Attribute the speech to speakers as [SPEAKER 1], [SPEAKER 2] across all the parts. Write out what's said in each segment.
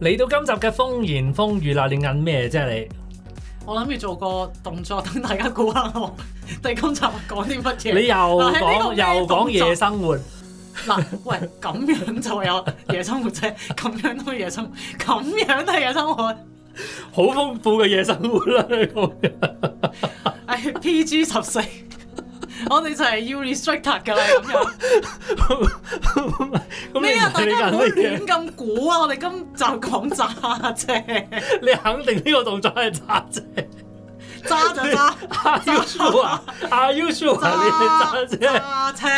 [SPEAKER 1] 嚟到今集嘅風言風語啦，你揞咩啫你？
[SPEAKER 2] 我諗住做個動作，等大家估下我 第今集講啲乜嘢。
[SPEAKER 1] 你又
[SPEAKER 2] 嗱喺呢
[SPEAKER 1] 講
[SPEAKER 2] 個咩
[SPEAKER 1] 又講夜生活，
[SPEAKER 2] 嗱，喂，咁樣就有夜生活啫，咁樣都夜生活，咁樣都係夜生活。
[SPEAKER 1] 好豐富嘅夜生活啦！你 講
[SPEAKER 2] 唉，PG 十四，我哋就係要 restricted 㗎啦，咁樣。
[SPEAKER 1] 咁
[SPEAKER 2] 咩啊？大
[SPEAKER 1] 你
[SPEAKER 2] 家唔好
[SPEAKER 1] 揞
[SPEAKER 2] 亂
[SPEAKER 1] 乜嘢？
[SPEAKER 2] 咁估啊！我哋今集講揸啫，
[SPEAKER 1] 你肯定呢個動作係揸啫
[SPEAKER 2] 揸就揸，
[SPEAKER 1] ？Are you sure 啊？Are you sure 啊
[SPEAKER 2] 揸
[SPEAKER 1] 你係揸啫？
[SPEAKER 2] 揸車。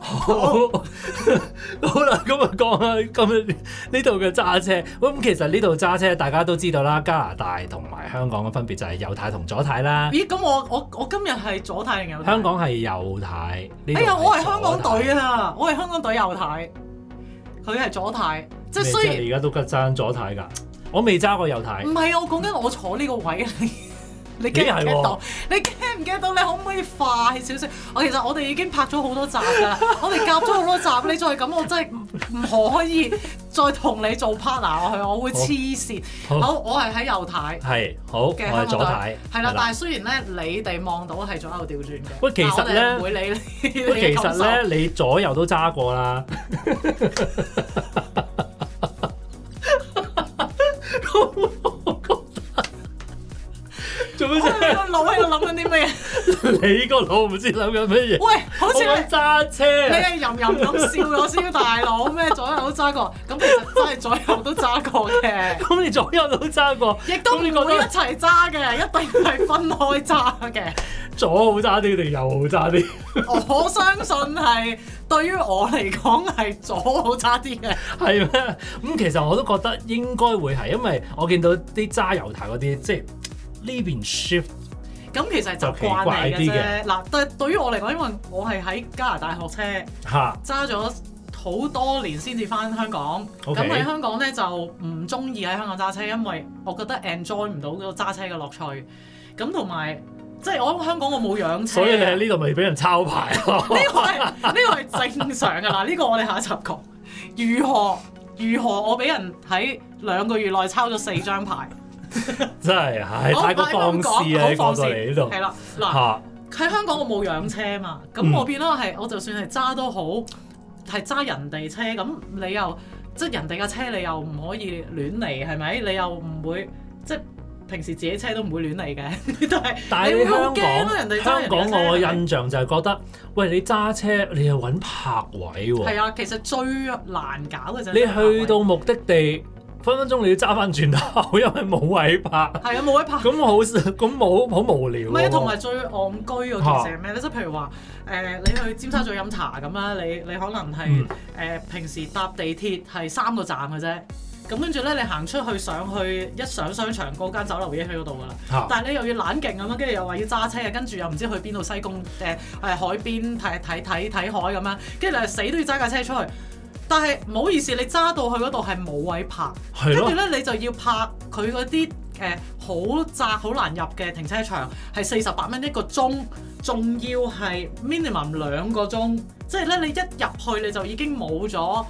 [SPEAKER 1] 好，好啦，咁啊講啦，咁啊呢度嘅揸車，咁其實呢度揸車大家都知道啦，加拿大同埋香港嘅分別就係右軚同左軚啦。
[SPEAKER 2] 咦？咁我我我今日係左太定右太？
[SPEAKER 1] 香港係右軚，呢度
[SPEAKER 2] 哎呀，我係香港隊
[SPEAKER 1] 啊！
[SPEAKER 2] 啊！我係香港隊右太，佢係左太，即
[SPEAKER 1] 即
[SPEAKER 2] 係雖
[SPEAKER 1] 係
[SPEAKER 2] 然
[SPEAKER 1] 你而家都揸左軚㗎，我未揸過右軚。
[SPEAKER 2] 唔係啊，我講緊我坐呢個位啊， 你你 get 唔
[SPEAKER 1] 咦係
[SPEAKER 2] get
[SPEAKER 1] 喎
[SPEAKER 2] 到？你 get 唔 get 到？你可唔可以快少少？我其實我哋已經拍咗好多集 㗎啦，我哋夾咗好多集，你再咁我真係唔可以再同你做 partner 落去，我會黐線。
[SPEAKER 1] 好
[SPEAKER 2] 好，我係喺右太
[SPEAKER 1] 係好，我
[SPEAKER 2] 嘅
[SPEAKER 1] 係
[SPEAKER 2] 香
[SPEAKER 1] 左
[SPEAKER 2] 港
[SPEAKER 1] 軚
[SPEAKER 2] 隊，，係啦，但係雖然咧你哋望到係左右調轉嘅，
[SPEAKER 1] 喂其實
[SPEAKER 2] 但我哋
[SPEAKER 1] 呢
[SPEAKER 2] 唔會理你你
[SPEAKER 1] 喂
[SPEAKER 2] 嘅
[SPEAKER 1] 其
[SPEAKER 2] 感 受。
[SPEAKER 1] 實咧，你左右都揸過啦。 咁我覺得做咩啫？
[SPEAKER 2] 你個腦喺度諗緊啲咩？
[SPEAKER 1] 你個腦唔知諗緊乜嘢？
[SPEAKER 2] 喂，好
[SPEAKER 1] 我
[SPEAKER 2] 似
[SPEAKER 1] 講
[SPEAKER 2] 你
[SPEAKER 1] 揸車
[SPEAKER 2] 你
[SPEAKER 1] 啊，
[SPEAKER 2] 係吟吟咁笑咗先，大佬咩左右都揸過，咁其實真係左右都揸過嘅，
[SPEAKER 1] 咁你左右都揸過，
[SPEAKER 2] 亦都唔
[SPEAKER 1] 咁你覺
[SPEAKER 2] 會一
[SPEAKER 1] 得
[SPEAKER 2] 齊揸嘅，一定係分開揸嘅。
[SPEAKER 1] 左好揸啲定右好揸啲？
[SPEAKER 2] 我相信係對於我嚟講係左好揸啲嘅，
[SPEAKER 1] 係咩？咁、其實我都覺得應該會係，因為我見到啲揸油軚嗰啲，即係呢邊 shift
[SPEAKER 2] 咁其實係習慣嚟嘅
[SPEAKER 1] 就奇怪啲
[SPEAKER 2] 啫。
[SPEAKER 1] 嘅
[SPEAKER 2] 嗱，但係對於我嚟講，因為我係喺加拿大學車。
[SPEAKER 1] 嚇，
[SPEAKER 2] 揸咗好多年先至翻香港。咁
[SPEAKER 1] OK
[SPEAKER 2] 喺香港呢，就唔中意喺香港揸車，因為我覺得 enjoy 唔到嗰個揸車嘅樂趣。咁同埋即係我喺香港我冇養車，
[SPEAKER 1] 所以你喺
[SPEAKER 2] 呢
[SPEAKER 1] 呢度咪俾人抄牌咯。
[SPEAKER 2] 個係呢個係正常㗎啦。呢個我哋下一集講如何如何我俾人喺兩個月內抄咗四張牌。
[SPEAKER 1] 真係，唉，
[SPEAKER 2] 我
[SPEAKER 1] 太過放
[SPEAKER 2] 唔係
[SPEAKER 1] 肆啊！
[SPEAKER 2] 咁
[SPEAKER 1] 你
[SPEAKER 2] 講好
[SPEAKER 1] 過
[SPEAKER 2] 放
[SPEAKER 1] 到嚟呢度
[SPEAKER 2] 係啦，嗱。
[SPEAKER 1] 嚇，
[SPEAKER 2] 喺香港我冇養車嘛，
[SPEAKER 1] 嗯
[SPEAKER 2] 咁我變咗係我就算係揸都好，係揸人哋車，咁你又即係人哋架車你又唔可以亂嚟係咪？你又唔會即係平時自己車都唔會亂嚟嘅， 但係
[SPEAKER 1] 但係
[SPEAKER 2] 你
[SPEAKER 1] 你
[SPEAKER 2] 會好
[SPEAKER 1] 香
[SPEAKER 2] 驚啊咯，人
[SPEAKER 1] 港
[SPEAKER 2] 哋揸
[SPEAKER 1] 香
[SPEAKER 2] 人
[SPEAKER 1] 港
[SPEAKER 2] 哋車
[SPEAKER 1] 我嘅
[SPEAKER 2] 係咪
[SPEAKER 1] 印象就係覺得，喂，你揸車你又揾泊位喎。
[SPEAKER 2] 係啊，其實最難搞嘅就係
[SPEAKER 1] 你去到目的地，分分鐘你要揸翻轉頭，因為冇位 拍。
[SPEAKER 2] 係啊冇位泊。
[SPEAKER 1] 咁好，咁冇好無聊
[SPEAKER 2] 唔
[SPEAKER 1] 喎。
[SPEAKER 2] 係，同埋最戇居嗰件事係咩咧？即係譬如話，誒、你去尖沙咀飲茶咁啦，你你可能係誒、
[SPEAKER 1] 嗯
[SPEAKER 2] 平時搭地鐵係三個站嘅啫，咁跟住咧你行出去上去一上商場嗰間酒樓已經去嗰度㗎啦，
[SPEAKER 1] 嚇
[SPEAKER 2] 但係你又要懶勁咁樣，跟住又話要揸車啊，跟住又唔知去邊度西貢誒誒、海邊睇睇睇睇海咁樣，跟住你係死都要揸架車出去，但係唔好意思，你揸到去嗰度係冇位泊。
[SPEAKER 1] 係
[SPEAKER 2] 跟
[SPEAKER 1] 咯
[SPEAKER 2] 住，咧，你就要拍佢嗰啲誒好窄、好難入嘅停車場，係四十八蚊一個鐘，仲要係 minimum 兩個鐘，即係咧你一入去你就已經冇咗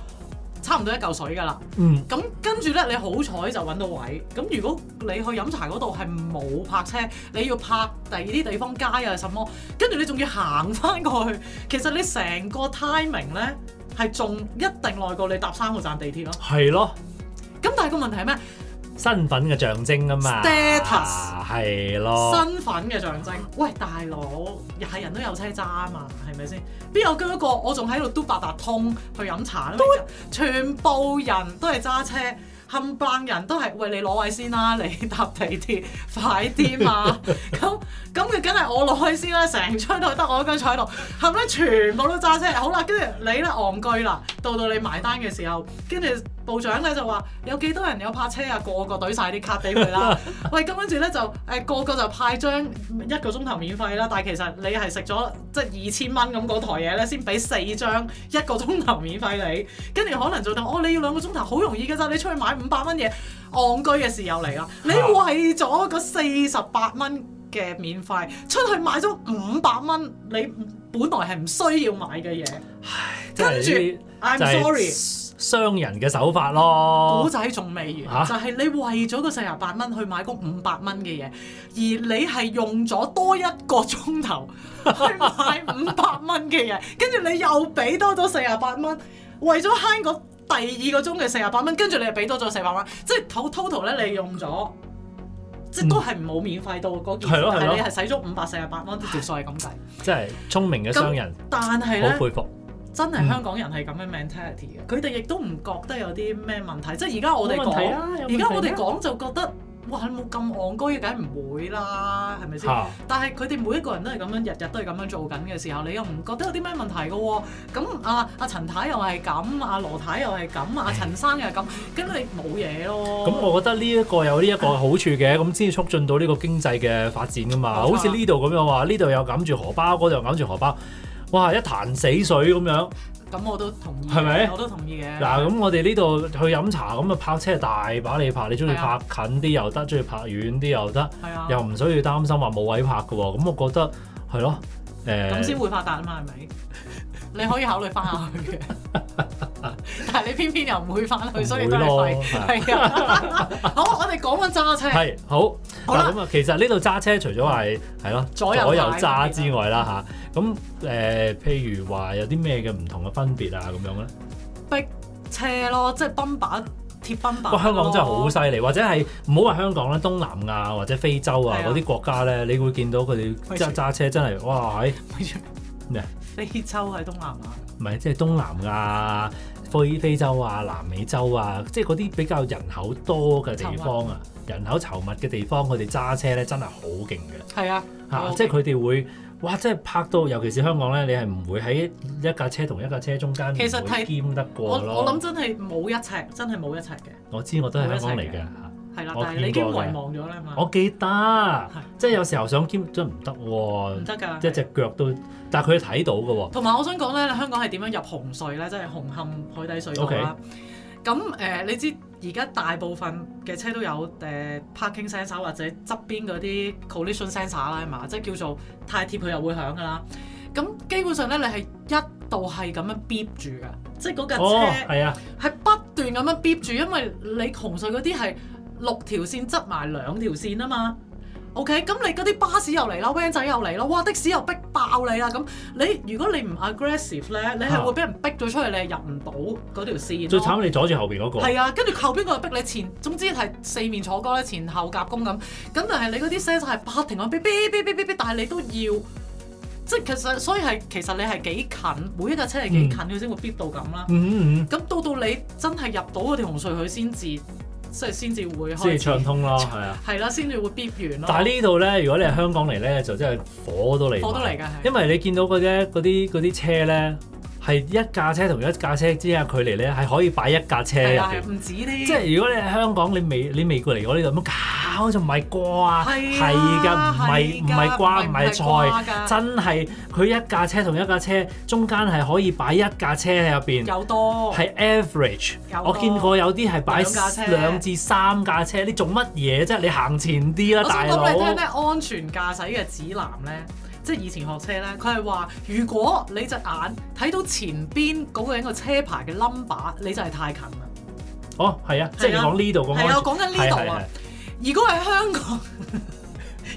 [SPEAKER 2] 差唔多一嚿水㗎啦。
[SPEAKER 1] 嗯，
[SPEAKER 2] 咁跟住咧，你好彩就揾到位。咁如果你去飲茶嗰度係冇泊車，你要泊第二啲地方街啊什麼，跟住你仲要行翻過去，其實你成個 timing 咧係仲一定耐過你搭三個站地鐵咯。
[SPEAKER 1] 係咯，
[SPEAKER 2] 咁但係個問題係咩？
[SPEAKER 1] 身份嘅象徵啊嘛。
[SPEAKER 2] Status
[SPEAKER 1] 係咯，
[SPEAKER 2] 身份嘅象徵。喂，大佬，又係人都有車揸啊嘛，係咪先？邊有居一個我仲喺度嘟八達通去飲茶咧？全部人都係揸車。冚唪唥人都係喂你攞位先啦，你搭地鐵快啲嘛！咁咁佢梗係我攞位先啦，成張台得我一個人坐喺度，冚唪唥全部都揸車。好啦，跟住你咧戇居啦，到到你埋單嘅時候，跟住部長咧就話有幾多人有泊車啊？個個懟晒啲卡俾佢啦。喂，咁跟住咧就誒、個個就派張一個鐘頭免費啦，但係其實你係食咗即係二千蚊咁嗰台嘢咧，先俾四張一個鐘頭免費你，跟住可能做到哦，你要兩個鐘頭好容易嘅咋，你出去買五百蚊嘢，戇居嘅時候嚟啦，你為咗嗰四十八蚊嘅免費出去買咗五百蚊，你本來係唔需要買嘅嘢，
[SPEAKER 1] 真係
[SPEAKER 2] 跟住
[SPEAKER 1] 呢啲
[SPEAKER 2] I'm
[SPEAKER 1] 就係
[SPEAKER 2] sorry。
[SPEAKER 1] 商人嘅手法咯
[SPEAKER 2] 古。仔仲未
[SPEAKER 1] 嚇
[SPEAKER 2] 完，就係你為咗個四廿八蚊去買嗰五百蚊嘅嘢，而你係用咗多一個鐘頭去買五百蚊嘅嘢，跟住你又俾多咗四廿八蚊，為咗慳嗰第二個鐘嘅四廿八蚊，跟住你又俾多咗四百蚊，即係 to- total 咧你用咗。即係都係冇免費到嗰件事，
[SPEAKER 1] 係咯係咯
[SPEAKER 2] 但係你係使咗五百四十八蚊，條數係咁計。
[SPEAKER 1] 真係聰明嘅商人，
[SPEAKER 2] 但係咧
[SPEAKER 1] 好，佩服。
[SPEAKER 2] 真
[SPEAKER 1] 嗯
[SPEAKER 2] 係香港人係咁嘅 mentality 嘅，佢哋亦都唔覺得有啲咩問題。即係而家我哋
[SPEAKER 1] 冇問題啊有問
[SPEAKER 2] 講，而
[SPEAKER 1] 題
[SPEAKER 2] 家
[SPEAKER 1] 啊
[SPEAKER 2] 我哋講就覺得，哇！你冇咁戇居嘅，梗係唔會啦，係咪先？
[SPEAKER 1] 嚇
[SPEAKER 2] 但係佢哋每一個人都係咁樣，日日都係咁樣做緊嘅時候，你又唔覺得有啲咩問題嘅喎？咁阿阿陳太又係咁，阿羅太又係咁，阿陳生又係咁，咁你冇嘢咯。
[SPEAKER 1] 咁我覺得呢一個有呢一個好處嘅，咁先至促進到呢個經濟嘅發展噶嘛。
[SPEAKER 2] 冇錯啊
[SPEAKER 1] 好似呢度咁樣話，呢度又揞住荷包，嗰度又揞住荷包，哇！一潭死水咁樣。
[SPEAKER 2] 咁我都同意嘅，
[SPEAKER 1] 係咪
[SPEAKER 2] 我都同意嘅。
[SPEAKER 1] 嗱，咁我哋呢度去飲茶，咁啊泊車大把你泊，你中意
[SPEAKER 2] 係啊
[SPEAKER 1] 泊近啲又得，中意泊遠啲又得，
[SPEAKER 2] 係啊，
[SPEAKER 1] 又唔需要擔心話冇位泊嘅喎。咁我覺得係咯，誒、
[SPEAKER 2] 咁先會發達啊嘛，係咪？ 你可以考慮翻下 去嘅，但係你偏偏又唔會翻去，所以都係
[SPEAKER 1] 唔會咯。
[SPEAKER 2] 廢
[SPEAKER 1] 係
[SPEAKER 2] 係啊，好，我哋講翻揸車，
[SPEAKER 1] 係好
[SPEAKER 2] 好啦
[SPEAKER 1] 嗱
[SPEAKER 2] 嗯
[SPEAKER 1] 咁啊，其實呢度揸車除咗係係咯
[SPEAKER 2] 左右
[SPEAKER 1] 揸之外啦吓，咁誒、譬如話有啲咩嘅唔同嘅分別啊咁樣咧？
[SPEAKER 2] 逼車咯，即係賓把貼賓把。
[SPEAKER 1] 哇！香港真係好犀利，或者係唔好話香港啦，東南亞或者非洲啊
[SPEAKER 2] 哦係啊
[SPEAKER 1] 嗰啲國家咧，你會見到佢哋揸
[SPEAKER 2] 喂
[SPEAKER 1] 揸車真係哇喺咩
[SPEAKER 2] 咩？非洲喺東南亞，
[SPEAKER 1] 唔係即係東南亞、非非洲啊、南美洲啊，即係嗰啲比較人口多嘅地方啊，人口稠密嘅地方，佢哋揸車咧真係好勁嘅。
[SPEAKER 2] 係啊，
[SPEAKER 1] 嚇、
[SPEAKER 2] 好
[SPEAKER 1] 即係佢哋會哇，即係拍到，尤其是香港咧，你係唔會喺一架車同一架車中間
[SPEAKER 2] 其實
[SPEAKER 1] 唔會
[SPEAKER 2] 係
[SPEAKER 1] 兼得
[SPEAKER 2] 我
[SPEAKER 1] 過咯。
[SPEAKER 2] 我諗真係冇一尺，真係冇一尺嘅，
[SPEAKER 1] 我知我都係香港嚟
[SPEAKER 2] 冇
[SPEAKER 1] 嘅
[SPEAKER 2] 得
[SPEAKER 1] 嚇
[SPEAKER 2] 係啦。
[SPEAKER 1] 我
[SPEAKER 2] 但係你已經
[SPEAKER 1] 見過嘅
[SPEAKER 2] 遺忘咗啦嘛，
[SPEAKER 1] 我記得，即係有時候想兼真唔得
[SPEAKER 2] 唔
[SPEAKER 1] 喎，
[SPEAKER 2] 得㗎。
[SPEAKER 1] 一隻腳都，但係佢睇到嘅喎。
[SPEAKER 2] 同埋我想講咧，香港係點樣入紅隧咧？即係紅磡海底隧道啦。咁誒你知而家大部分嘅車都有誒、呃 parking sensor 或者側邊嗰啲 collision sensor 啦，係嘛？即係叫做太貼佢又會響㗎啦。咁基本上咧，你係一度係咁樣 beep 住㗎，即係嗰架
[SPEAKER 1] 哦，
[SPEAKER 2] 車
[SPEAKER 1] 係啊，
[SPEAKER 2] 係不斷咁樣 beep 住，因為你紅隧嗰啲係六條線執埋兩條線啊嘛。OK，咁你嗰啲巴士又嚟啦，van 仔又嚟啦，哇的士又逼爆你啦，咁你如果你唔 aggressive 咧，你係會俾人逼咗出去，你係入唔到嗰條線咯。
[SPEAKER 1] 最慘你阻住後邊嗰、個。
[SPEAKER 2] 係啊，跟住後邊個又逼你前，總之係四面楚歌咧，前後夾攻咁。咁但係你嗰啲 sales 係不停咁嗶嗶嗶嗶嗶嗶，但係你都要，即係其實所以係其實你係幾近，每一架車係幾近佢先會逼到咁啦。
[SPEAKER 1] 嗯嗯
[SPEAKER 2] 咁到到你真係入到嗰條紅隧，佢先至即係先至會
[SPEAKER 1] 嗯，先
[SPEAKER 2] 開
[SPEAKER 1] 至
[SPEAKER 2] 始
[SPEAKER 1] 暢通咯，係啊。
[SPEAKER 2] 係啦，先至會逼完咯。
[SPEAKER 1] 但係呢度咧，如果你係香港嚟咧，就真係火都嚟埋。
[SPEAKER 2] 火都嚟㗎係
[SPEAKER 1] 因為你見到嗰啲嗰啲嗰啲車咧，係一架車同一架車之間嘅距離咧，係可以擺一架車入
[SPEAKER 2] 係啊，係
[SPEAKER 1] 邊。
[SPEAKER 2] 唔止呢，
[SPEAKER 1] 即係如果你喺香港，你未你未過嚟我呢度，咁搞就唔係啩？
[SPEAKER 2] 係啊
[SPEAKER 1] 係㗎，唔係唔係瓜唔係菜，
[SPEAKER 2] 菜，
[SPEAKER 1] 真係佢一架車同一架車中間係可以擺一架車喺入邊。
[SPEAKER 2] 有多
[SPEAKER 1] 係 average，
[SPEAKER 2] 有啊
[SPEAKER 1] 我見過有啲係擺
[SPEAKER 2] 兩架車
[SPEAKER 1] 兩至三架車，你做乜嘢啫？你行前啲啦，
[SPEAKER 2] 我
[SPEAKER 1] 啊大
[SPEAKER 2] 想講俾你聽
[SPEAKER 1] 佬
[SPEAKER 2] 咧，。安全駕駛嘅指南咧，即係以前學車咧，佢係話如果你隻眼睇到前邊嗰個人個車牌嘅 number，你就係太近啦。
[SPEAKER 1] 哦，係啊，即係你
[SPEAKER 2] 係啊
[SPEAKER 1] 講呢度咁安
[SPEAKER 2] 係啊，
[SPEAKER 1] 全
[SPEAKER 2] 我講緊呢度
[SPEAKER 1] 係
[SPEAKER 2] 啊。如果喺香港，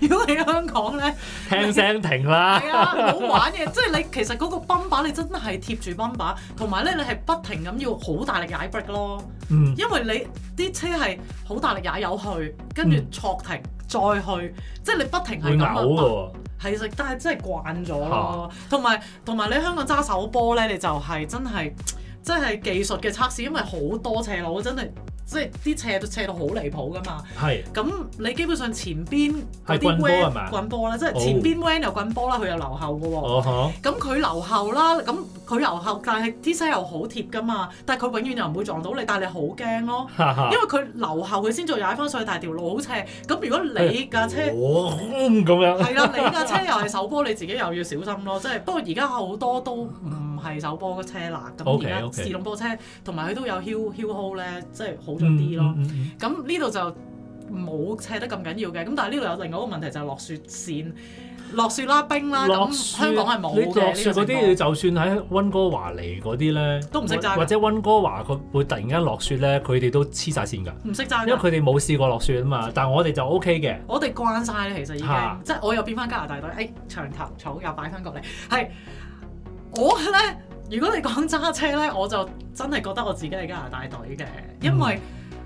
[SPEAKER 2] 如果喺香港咧，
[SPEAKER 1] 係係聽聲停啦。
[SPEAKER 2] 係啊，好玩 嘅，即係你其實嗰個泵把你真係貼住泵把，同埋咧你係不停咁要好大力踩 brake 咯，
[SPEAKER 1] 嗯，
[SPEAKER 2] 因為你啲車係好大力踩油去，跟住
[SPEAKER 1] 嗯
[SPEAKER 2] 錯停再去，即係你不停
[SPEAKER 1] 會
[SPEAKER 2] 係咁啊
[SPEAKER 1] 嘔
[SPEAKER 2] 樣
[SPEAKER 1] 嘅喎。
[SPEAKER 2] 係食，但係真係慣咗咯。同埋同埋你香港揸手波咧，你就係真係真係技術嘅測試，因為好多斜路真係即係啲斜都斜到好離譜噶嘛。
[SPEAKER 1] 係
[SPEAKER 2] 咁你基本上前邊嗰
[SPEAKER 1] 係棍
[SPEAKER 2] 啲
[SPEAKER 1] 波啊係
[SPEAKER 2] van
[SPEAKER 1] 嘛
[SPEAKER 2] 棍波啦，即
[SPEAKER 1] 哦
[SPEAKER 2] 係前邊 van 又棍波啦，佢又留後嘅喎。
[SPEAKER 1] 哦呵，
[SPEAKER 2] 咁佢留後啦，咁佢留後，但係啲車又好貼噶嘛，但係佢永遠又唔會撞到你，但係你好驚咯，
[SPEAKER 1] 哈哈
[SPEAKER 2] 因為佢留後佢先再踩翻上去，但係條路好斜。咁如果
[SPEAKER 1] 哎
[SPEAKER 2] 你架車
[SPEAKER 1] 哦咁樣，
[SPEAKER 2] 係啦，你架車又係手波，你自己又要小心咯。即係不過而家好多都唔係手波嘅車啦。咁而
[SPEAKER 1] OK，OK
[SPEAKER 2] 家自動波車同埋佢都有 hill hill hold 咧，即係好咗啲咯。
[SPEAKER 1] 嗯。嗯嗯
[SPEAKER 2] 咁呢度就冇斜得咁緊要嘅。咁但係呢度有另外一個問題就係落雪線。落雪啦、冰啦，
[SPEAKER 1] 落
[SPEAKER 2] 咁
[SPEAKER 1] 雪
[SPEAKER 2] 香港係冇
[SPEAKER 1] 你
[SPEAKER 2] 嘅
[SPEAKER 1] 落雪
[SPEAKER 2] 呢個
[SPEAKER 1] 嗰
[SPEAKER 2] 情
[SPEAKER 1] 啲，你
[SPEAKER 2] 況
[SPEAKER 1] 就算喺温哥華嚟嗰啲咧，
[SPEAKER 2] 都唔識揸㗎
[SPEAKER 1] 或或者温哥華佢會突然間落雪咧，佢哋都黐晒線㗎，
[SPEAKER 2] 唔識揸
[SPEAKER 1] 因為
[SPEAKER 2] 㗎。
[SPEAKER 1] 佢哋冇試過落雪啊嘛。但係我哋就 O K 嘅，
[SPEAKER 2] 我哋慣晒咧，其實已經，
[SPEAKER 1] 嚇
[SPEAKER 2] 即係我又變翻加拿大隊，誒、長頭草又擺翻過嚟，係我咧。如果你講揸車咧，我就真係覺得我自己係加拿大隊嘅，因為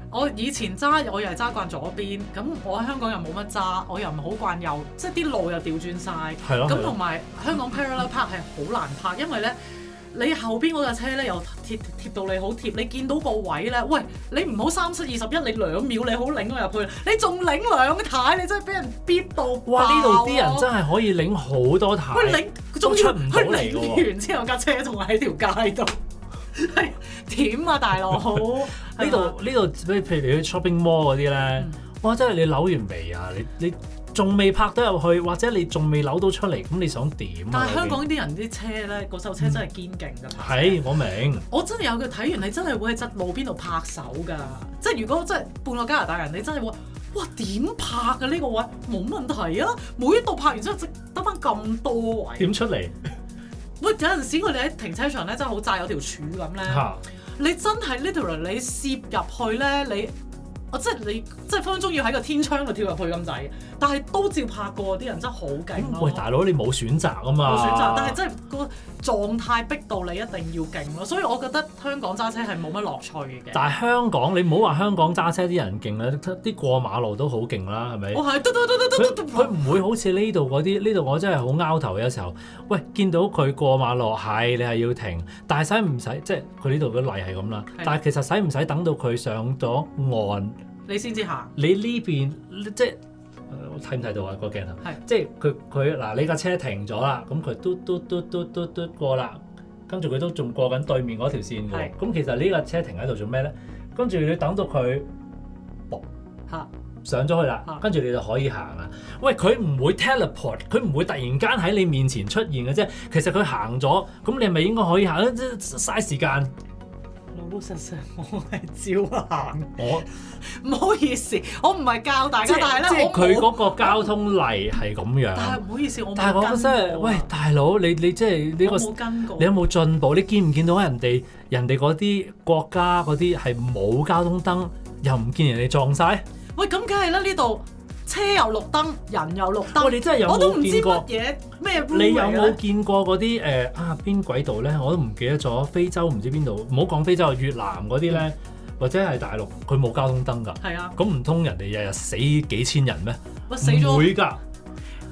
[SPEAKER 2] 我以前揸我又係揸慣左邊，咁我喺香港又冇乜揸，我又唔好慣右，即係啲路又調轉晒。
[SPEAKER 1] 係啊咯。係
[SPEAKER 2] 咁
[SPEAKER 1] 咯
[SPEAKER 2] 同埋香港 parallel park 係好難拍，因為咧你後邊嗰架車咧又貼貼到你好貼，你見到個位咧，喂，你唔好三七二十一，你兩秒你好擰咗入去，你仲擰兩太，你真係俾人逼到
[SPEAKER 1] 哇！呢度啲人
[SPEAKER 2] 係
[SPEAKER 1] 真係可以領好多牌。
[SPEAKER 2] 喂擰，仲
[SPEAKER 1] 出
[SPEAKER 2] 要
[SPEAKER 1] 唔到嚟㗎
[SPEAKER 2] 佢
[SPEAKER 1] 喎
[SPEAKER 2] 擰完之後架車仲喺條街度，係點啊大佬？
[SPEAKER 1] 呢度呢度，譬如你去 shopping mall 嗰啲咧
[SPEAKER 2] 啊嗯，
[SPEAKER 1] 哇！真係你扭完眉啊，你你仲未拍得入去，或者你仲未扭到出嚟，咁你想點啊？
[SPEAKER 2] 但係
[SPEAKER 1] 究
[SPEAKER 2] 香
[SPEAKER 1] 竟
[SPEAKER 2] 港啲人啲車咧，嗰手車真係堅勁㗎。
[SPEAKER 1] 嗯係啊我明，
[SPEAKER 2] 我真係有佢睇完，你真係會喺側路邊度拍手㗎。即係如果真係半個加拿大人，你真係會哇點拍啊呢個位冇問題啊！每一度拍完之後，即得翻咁多位。
[SPEAKER 1] 點出嚟
[SPEAKER 2] 喂，有陣時佢哋喺停車場咧，真係好窄，有條柱咁咧。
[SPEAKER 1] 嚇？
[SPEAKER 2] 你真係 literally 你攝入去咧，你我即係你即係分分鐘要喺個天窗度跳入去咁滯。但係都照拍過，啲人真係好勁咯。
[SPEAKER 1] 嗯喂，大佬你冇選擇啊嘛！
[SPEAKER 2] 冇選擇，但係真係個狀態逼到你一定要勁咯，所以我覺得香港揸車係冇乜樂趣嘅。
[SPEAKER 1] 但係香港，你唔好話香港揸車啲人勁啦，啲過馬路都好勁啦，係咪？
[SPEAKER 2] 我係嘟嘟嘟嘟
[SPEAKER 1] 佢
[SPEAKER 2] 嘟嘟
[SPEAKER 1] 佢唔會好似呢度嗰啲，呢度我真係好拗頭有時候。喂，見到佢過馬路係你係要停，但係使唔使即係佢呢度嘅例係咁啦
[SPEAKER 2] 係？
[SPEAKER 1] 但係其實使唔使等到佢上咗岸，
[SPEAKER 2] 你先至行，
[SPEAKER 1] 你呢邊即係呃我睇唔睇到啊個鏡頭
[SPEAKER 2] 係？
[SPEAKER 1] 即係佢佢嗱，你架車停咗啦，咁佢嘟嘟嘟嘟嘟嘟過啦，跟住佢都仲過緊對面嗰條線
[SPEAKER 2] 係
[SPEAKER 1] 喎。咁其實呢架車停喺度做咩咧？跟住你等到佢。
[SPEAKER 2] 嚇
[SPEAKER 1] 上咗去啦
[SPEAKER 2] 啊，
[SPEAKER 1] 跟住你就可以行啦。喂，佢唔會 teleport，佢唔會突然間喺你面前出現嘅啫。其實佢行咗，咁你咪應該可以行，啊即係嘥時間。
[SPEAKER 2] 老老實實我係照行。
[SPEAKER 1] 我
[SPEAKER 2] 唔好意思，我唔係教大
[SPEAKER 1] 即
[SPEAKER 2] 家，
[SPEAKER 1] 係
[SPEAKER 2] 但
[SPEAKER 1] 即
[SPEAKER 2] 係咧
[SPEAKER 1] 係
[SPEAKER 2] 我
[SPEAKER 1] 佢
[SPEAKER 2] 冇，
[SPEAKER 1] 嗰個交通例係咁
[SPEAKER 2] 但係
[SPEAKER 1] 樣。
[SPEAKER 2] 唔好意思，我
[SPEAKER 1] 但係
[SPEAKER 2] 冇
[SPEAKER 1] 我
[SPEAKER 2] 跟
[SPEAKER 1] 真係，
[SPEAKER 2] 過啊
[SPEAKER 1] 喂，大佬，你你即係呢
[SPEAKER 2] 我
[SPEAKER 1] 個
[SPEAKER 2] 冇跟過
[SPEAKER 1] 你。有冇進步？你見唔見到人哋人哋嗰啲國家嗰啲係冇交通燈，又唔見人哋撞晒？
[SPEAKER 2] 喂，咁梗係啦，呢度車又綠燈，人又綠
[SPEAKER 1] 喂，
[SPEAKER 2] 燈，
[SPEAKER 1] 你真係有
[SPEAKER 2] 我都唔
[SPEAKER 1] 冇
[SPEAKER 2] 知
[SPEAKER 1] 見過
[SPEAKER 2] 乜？嘢咩 rule
[SPEAKER 1] 你有
[SPEAKER 2] 嚟嘅
[SPEAKER 1] 冇
[SPEAKER 2] 咧
[SPEAKER 1] 見過嗰啲誒啊邊鬼度咧？我都唔記得咗，非洲唔知邊度，唔好講非洲，越南嗰啲
[SPEAKER 2] 嗯
[SPEAKER 1] 咧，或者係大陸，佢冇交通燈㗎。
[SPEAKER 2] 係啊，
[SPEAKER 1] 咁唔通人哋日日死幾千人咩？
[SPEAKER 2] 喂死咗
[SPEAKER 1] 唔會㗎，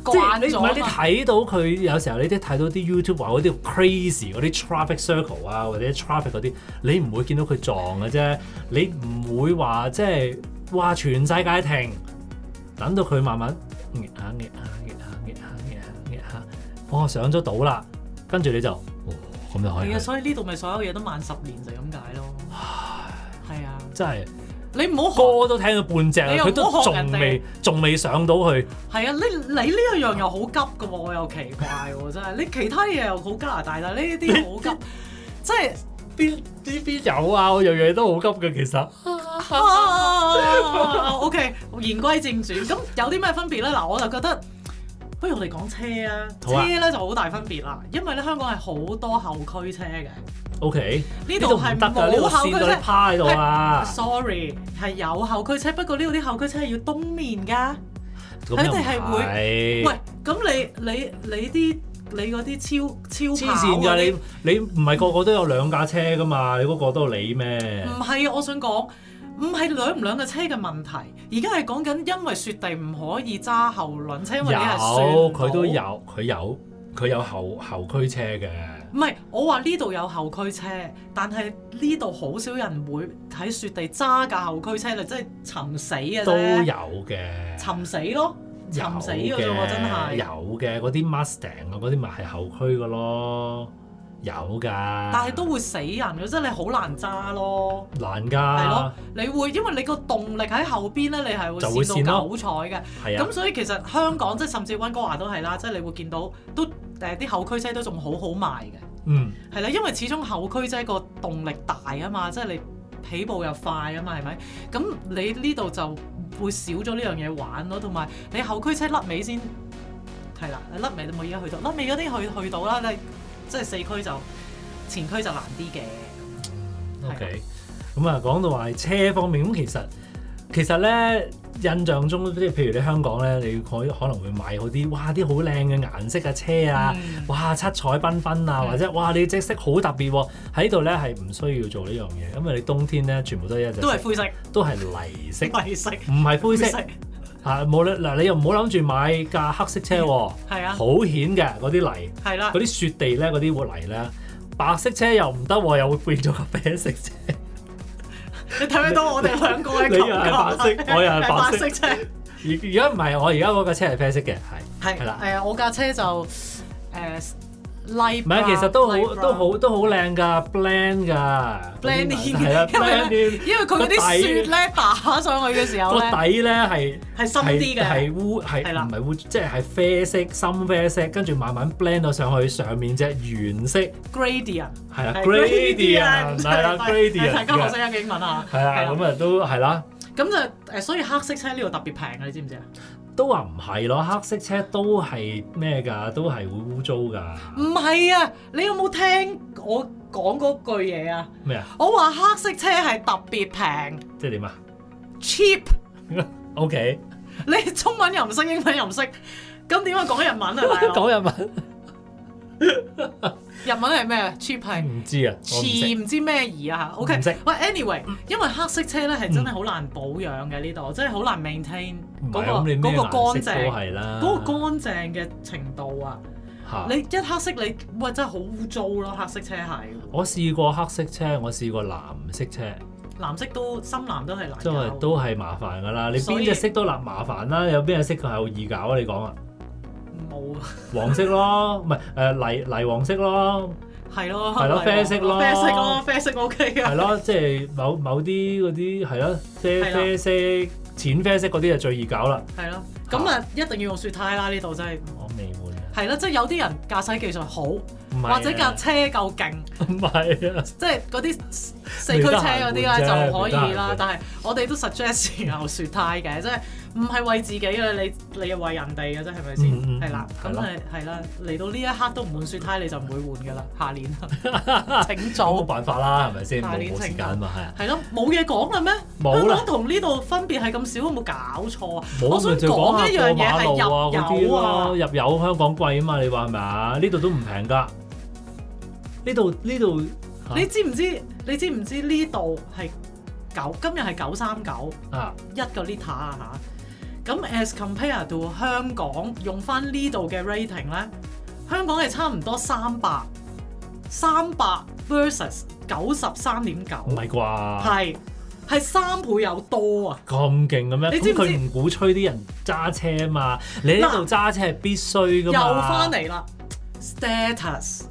[SPEAKER 1] 即係
[SPEAKER 2] 慣
[SPEAKER 1] 你唔
[SPEAKER 2] 咗
[SPEAKER 1] 係你
[SPEAKER 2] 啊嘛
[SPEAKER 1] 睇到佢有時候你都睇到啲 YouTube 話嗰啲 crazy 嗰啲 traffic circle 啊，或者 traffic 嗰啲，你唔會見到佢撞嘅啫，你唔會話即係話全世界停，等到佢慢慢壓下壓下壓下壓下壓下壓下，哦上咗到啦，跟住你就哦咁就可以
[SPEAKER 2] 係
[SPEAKER 1] 啦
[SPEAKER 2] 啊，，所以呢度咪所有嘢都慢十年就係咁解咯。係啊，
[SPEAKER 1] 真係
[SPEAKER 2] 你唔好學
[SPEAKER 1] 歌都聽到半隻啦，
[SPEAKER 2] 你又
[SPEAKER 1] 佢
[SPEAKER 2] 唔
[SPEAKER 1] 都
[SPEAKER 2] 好學
[SPEAKER 1] 仲
[SPEAKER 2] 人哋
[SPEAKER 1] 未仲未上到去，
[SPEAKER 2] 係啊，你你呢一樣又好急嘅喎，我又奇怪喎，真係你其他嘢又好加拿大，但係呢啲好急，即係
[SPEAKER 1] 邊邊邊有啊？我樣樣都好急嘅其實。
[SPEAKER 2] 啊 OK，言歸正傳，咁有啲咩分別咧？嗱，我就覺得不如我哋講車啊，
[SPEAKER 1] 好啊
[SPEAKER 2] 車咧就好大分別啦，因為咧香港係好多後驅車嘅，
[SPEAKER 1] O K，
[SPEAKER 2] 呢度係冇後
[SPEAKER 1] 線
[SPEAKER 2] 驅
[SPEAKER 1] 到你
[SPEAKER 2] 車。
[SPEAKER 1] 趴喺度啊！
[SPEAKER 2] Sorry，係有後驅車，不過呢度啲後驅車係要東面㗎。
[SPEAKER 1] 咁又唔
[SPEAKER 2] 佢哋係會
[SPEAKER 1] 係
[SPEAKER 2] 喂，咁你你你啲你嗰啲超超
[SPEAKER 1] 黐
[SPEAKER 2] 跑
[SPEAKER 1] 線
[SPEAKER 2] 嗰啲
[SPEAKER 1] 㗎！你你唔係個個都有兩架車㗎嘛？你嗰個都你咩？
[SPEAKER 2] 唔係啊，我想講，唔係兩唔兩嘅車嘅問題，而家係講緊因為雪地唔可以揸後輪車，因為你係算
[SPEAKER 1] 有佢都。有，佢有佢有後後驅車嘅。
[SPEAKER 2] 唔係，我話呢度有後驅車，但係呢度好少人會喺雪地揸架後驅車，你真係尋死嘅
[SPEAKER 1] 都
[SPEAKER 2] 啫，
[SPEAKER 1] 有嘅，
[SPEAKER 2] 尋死咯，尋死嘅
[SPEAKER 1] 有
[SPEAKER 2] 啫喎，真係。
[SPEAKER 1] 有嘅嗰啲 Mustang 啊，嗰啲咪係後驅嘅咯，有㗎。
[SPEAKER 2] 但係都會死人嘅，即係你好難揸咯。
[SPEAKER 1] 難
[SPEAKER 2] 係咯
[SPEAKER 1] 㗎，，
[SPEAKER 2] 你會因為你個動力喺後邊咧，你係會
[SPEAKER 1] 就會
[SPEAKER 2] 跣
[SPEAKER 1] 跣
[SPEAKER 2] 到
[SPEAKER 1] 咯
[SPEAKER 2] 九彩嘅。
[SPEAKER 1] 係啊
[SPEAKER 2] 咁，所以其實香港即係甚至温哥華都係啦，即係你會見到都誒啲後驅車都仲好好賣嘅，
[SPEAKER 1] 嗯，
[SPEAKER 2] 係啦，因為始終後驅車個動力大啊嘛，即係你起步又快啊嘛，係咪？咁你呢度就會少咗呢樣嘢玩咯，同埋你後驅車甩尾先係啦，甩尾都冇依家去到，甩尾嗰啲去去到啦，你即係四區就前區就難啲嘅。係啊
[SPEAKER 1] OK，咁啊講到話車方面，咁其實其實咧印象中即係譬如你香港咧，你可可能會買好啲哇啲好靚嘅顏色嘅車啊，
[SPEAKER 2] 嗯
[SPEAKER 1] 哇七彩繽紛啊，
[SPEAKER 2] 嗯
[SPEAKER 1] 或者哇你隻色好特別喎、喺度咧係唔需要做呢樣嘢，因啊為你冬天咧全部都係一隻
[SPEAKER 2] 都係
[SPEAKER 1] 色
[SPEAKER 2] 灰色，
[SPEAKER 1] 都係泥色，
[SPEAKER 2] 灰色，
[SPEAKER 1] 唔係灰
[SPEAKER 2] 灰
[SPEAKER 1] 色
[SPEAKER 2] 色，
[SPEAKER 1] 啊！無論嗱，你又唔好諗住買架黑色車喎、
[SPEAKER 2] 係啊，
[SPEAKER 1] 好顯嘅嗰啲泥。
[SPEAKER 2] 係啦
[SPEAKER 1] 嗰，啲雪地咧，嗰啲活泥咧，白色車又唔得喎，又會變咗個啡色車。
[SPEAKER 2] 你睇唔睇到我哋兩個嘅
[SPEAKER 1] 你
[SPEAKER 2] 球
[SPEAKER 1] 又係白色我又係白色
[SPEAKER 2] 白色啫。
[SPEAKER 1] 而而家唔係，我而家嗰架車係啡色嘅，係
[SPEAKER 2] 係
[SPEAKER 1] 係啦
[SPEAKER 2] 誒，我架車就誒 light，
[SPEAKER 1] 唔係其實都
[SPEAKER 2] brown，light
[SPEAKER 1] 好
[SPEAKER 2] brown
[SPEAKER 1] 都，好都好靚㗎，blend 㗎嗰
[SPEAKER 2] Blend
[SPEAKER 1] 啲
[SPEAKER 2] 啲
[SPEAKER 1] 顏色係啦，blend
[SPEAKER 2] 因為
[SPEAKER 1] 啲
[SPEAKER 2] 因為佢嗰啲雪咧打上去嘅時候
[SPEAKER 1] 個
[SPEAKER 2] 咧
[SPEAKER 1] 底咧係
[SPEAKER 2] 係深
[SPEAKER 1] 係
[SPEAKER 2] 啲嘅，
[SPEAKER 1] 係烏係
[SPEAKER 2] 係啦
[SPEAKER 1] 唔係烏即係係啡色深啡色，跟住慢慢 blend 到上去上面隻原色係
[SPEAKER 2] gradient
[SPEAKER 1] 啦
[SPEAKER 2] 係
[SPEAKER 1] ，gradient 係啦
[SPEAKER 2] 係
[SPEAKER 1] ，gradient
[SPEAKER 2] 大家學識
[SPEAKER 1] 嘅
[SPEAKER 2] 一個英文啊，
[SPEAKER 1] 係啊，咁啊都係啦。
[SPEAKER 2] 咁就誒，所以黑色車呢度特別平啊，你知唔知啊？
[SPEAKER 1] 都話唔係咯，黑色車都係咩㗎？都係會污糟㗎。
[SPEAKER 2] 唔係啊，你有冇聽我講嗰句嘢啊？
[SPEAKER 1] 咩啊？
[SPEAKER 2] 我話黑色車係特別平
[SPEAKER 1] 即係點啊
[SPEAKER 2] cheap，
[SPEAKER 1] ？OK，
[SPEAKER 2] 你中文又唔識，英文又唔識，咁點解講日文啊？ 大佬
[SPEAKER 1] 講日文
[SPEAKER 2] 日文係咩？cheap 係。
[SPEAKER 1] 唔知啊，我唔識。
[SPEAKER 2] 似唔知咩儀啊嚇，OK
[SPEAKER 1] 唔識。嗯
[SPEAKER 2] 喂，anyway，因為黑色車咧係真係好難保養嘅呢度，真係好難 maintain
[SPEAKER 1] 唔
[SPEAKER 2] 嗰
[SPEAKER 1] 係
[SPEAKER 2] 個
[SPEAKER 1] 咁，你
[SPEAKER 2] 嗰
[SPEAKER 1] 咩
[SPEAKER 2] 個
[SPEAKER 1] 顏
[SPEAKER 2] 乾
[SPEAKER 1] 色都
[SPEAKER 2] 淨，
[SPEAKER 1] 係啊啦。
[SPEAKER 2] 嗰個乾淨嘅程度啊！
[SPEAKER 1] 嚇
[SPEAKER 2] 你一黑色你喂真係好污糟咯，黑色車係
[SPEAKER 1] 我試過黑色車，我試過藍色車，
[SPEAKER 2] 藍色都深藍都係難
[SPEAKER 1] 都係
[SPEAKER 2] 搞
[SPEAKER 1] 都係麻煩㗎啦。你
[SPEAKER 2] 所
[SPEAKER 1] 邊
[SPEAKER 2] 以
[SPEAKER 1] 隻色都難麻煩啦，有邊隻色佢係好易搞啊？你講 啊，
[SPEAKER 2] 冇啊，
[SPEAKER 1] 黃色咯，唔係誒泥泥黃色咯，
[SPEAKER 2] 係咯，
[SPEAKER 1] 係咯
[SPEAKER 2] 迷
[SPEAKER 1] 啡色咯
[SPEAKER 2] 啡色咯，啡色 OK
[SPEAKER 1] 係
[SPEAKER 2] 啊，
[SPEAKER 1] 咯，即係某某啲嗰啲係咯，啡
[SPEAKER 2] 係啦
[SPEAKER 1] 啡色、淺啡色嗰啲就最易搞啦。
[SPEAKER 2] 係咯，咁啊一定要用雪胎啦，呢度真係
[SPEAKER 1] 我未換啊。
[SPEAKER 2] 係啦，即係有啲人駕駛技術好，
[SPEAKER 1] 唔係啊
[SPEAKER 2] 或者架車夠勁。
[SPEAKER 1] 唔 係啊，
[SPEAKER 2] 即係嗰啲四驅車嗰啲咧就可
[SPEAKER 1] 未
[SPEAKER 2] 以啦
[SPEAKER 1] 得閒換啫，
[SPEAKER 2] 但係我哋都 suggest 牛雪胎嘅，即係唔係為自己嘅，你你係為人哋嘅啫，係咪先
[SPEAKER 1] 嗯嗯嗯？
[SPEAKER 2] 係啦，咁
[SPEAKER 1] 係咯
[SPEAKER 2] 係係啦，嚟到呢一刻都唔換雪胎，你就唔會換噶啦，下 年請
[SPEAKER 1] 冇
[SPEAKER 2] 早。
[SPEAKER 1] 辦法啦，係咪先？
[SPEAKER 2] 下
[SPEAKER 1] 冇
[SPEAKER 2] 年
[SPEAKER 1] 冇時
[SPEAKER 2] 請
[SPEAKER 1] 間嘛，係啊，
[SPEAKER 2] 係咯，冇嘢講啦咩？
[SPEAKER 1] 冇
[SPEAKER 2] 香
[SPEAKER 1] 啦
[SPEAKER 2] 港同呢度分別係咁少，有冇搞錯啊？我
[SPEAKER 1] 冇
[SPEAKER 2] 想
[SPEAKER 1] 咪就講
[SPEAKER 2] 講一樣
[SPEAKER 1] 下過
[SPEAKER 2] 嘢
[SPEAKER 1] 馬
[SPEAKER 2] 係
[SPEAKER 1] 路啊
[SPEAKER 2] 入
[SPEAKER 1] 嗰啲
[SPEAKER 2] 油啊
[SPEAKER 1] 咯，入，油香港貴啊嘛，你話係咪啊？呢度都唔平㗎，呢度呢度嚇
[SPEAKER 2] 你知唔知？你知唔知呢度係九今日係九三九？
[SPEAKER 1] 啊，
[SPEAKER 2] 一個 liter 啊嚇。咁 as compare to 香港用翻呢度嘅 rating 咧，香港係差唔多三百三百 versus 九十三點九，
[SPEAKER 1] 唔係啩？
[SPEAKER 2] 係係三倍有多啊！
[SPEAKER 1] 咁勁嘅咩？
[SPEAKER 2] 你知
[SPEAKER 1] 咁
[SPEAKER 2] 唔知
[SPEAKER 1] 佢唔鼓吹啲人揸車啊嘛，你呢度揸車係必須㗎
[SPEAKER 2] 又
[SPEAKER 1] 嘛。
[SPEAKER 2] 翻，嚟啦，status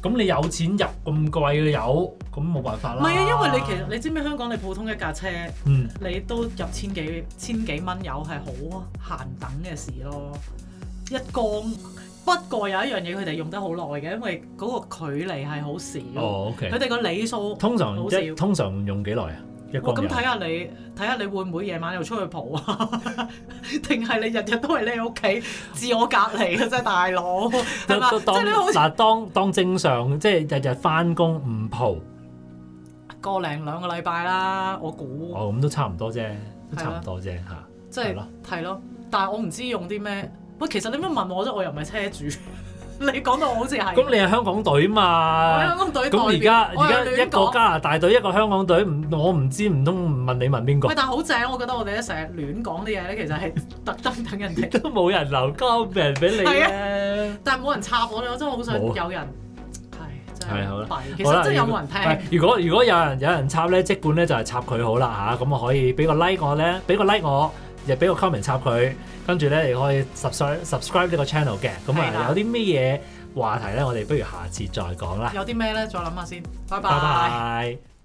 [SPEAKER 1] 咁你有錢入咁貴嘅油，咁冇辦法
[SPEAKER 2] 唔
[SPEAKER 1] 啦。
[SPEAKER 2] 係啊，因為你其實你知唔知香港你普通一架車
[SPEAKER 1] 嗯
[SPEAKER 2] 你都入千幾千幾蚊油係好閒等嘅事咯，一缸。不過有一樣嘢佢哋用得好耐嘅，因為嗰個距離係好少。
[SPEAKER 1] 哦，OK
[SPEAKER 2] 佢。哋個里數，
[SPEAKER 1] 通常
[SPEAKER 2] 好
[SPEAKER 1] 一
[SPEAKER 2] 少
[SPEAKER 1] 通常用幾耐啊？一
[SPEAKER 2] 哇
[SPEAKER 1] 個
[SPEAKER 2] 咁
[SPEAKER 1] 人
[SPEAKER 2] 睇下你睇下你會唔會夜晚又出去蒲啊？ 定係你日日都係匿喺屋企自我隔離嘅啫，大佬係嘛？
[SPEAKER 1] 當
[SPEAKER 2] 即係你好似
[SPEAKER 1] 嗱當當正常，即係日日翻工唔蒲，
[SPEAKER 2] 個零兩個禮拜啦，我估
[SPEAKER 1] 哦咁都差唔多啫，都
[SPEAKER 2] 係
[SPEAKER 1] 差
[SPEAKER 2] 啦
[SPEAKER 1] 唔多啫嚇。
[SPEAKER 2] 即
[SPEAKER 1] 係
[SPEAKER 2] 係
[SPEAKER 1] 咯
[SPEAKER 2] 係咯。但係我唔知用啲咩。喂，其實你咩問我啫？我又唔係車主。 你講到我好似係。
[SPEAKER 1] 咁你係香港隊
[SPEAKER 2] 我
[SPEAKER 1] 嘛
[SPEAKER 2] 香？港隊
[SPEAKER 1] 啊咁
[SPEAKER 2] 代表
[SPEAKER 1] 而家
[SPEAKER 2] 我
[SPEAKER 1] 而
[SPEAKER 2] 又
[SPEAKER 1] 家一
[SPEAKER 2] 亂
[SPEAKER 1] 個
[SPEAKER 2] 講
[SPEAKER 1] 加拿大隊一個香港隊，唔我唔知唔通唔問你問邊個
[SPEAKER 2] 喂，？但係好正，我覺得我哋咧成日亂講啲嘢咧，其實係特 登等 人哋，
[SPEAKER 1] 都冇人留 comment 俾你咧。
[SPEAKER 2] 但係冇人插我哋，我真係好想
[SPEAKER 1] 冇啊
[SPEAKER 2] 有人係真
[SPEAKER 1] 係好
[SPEAKER 2] 係
[SPEAKER 1] 啦
[SPEAKER 2] 弊。其
[SPEAKER 1] 好啦
[SPEAKER 2] 實真係有冇人聽？
[SPEAKER 1] 喂如果如果有人有人插咧，即管咧就係插佢好啦嚇，咁我可以俾個 like 我咧，俾個 like 我，亦俾個 comment 插佢，跟住咧你可以 subscribe subscribe 呢個 channel 嘅。咁
[SPEAKER 2] 係啦
[SPEAKER 1] 啊，有啲咩嘢話題咧，我哋不如下次再講啦。
[SPEAKER 2] 有啲咩咧？再諗下先。
[SPEAKER 1] 拜
[SPEAKER 2] 拜拜。
[SPEAKER 1] 拜。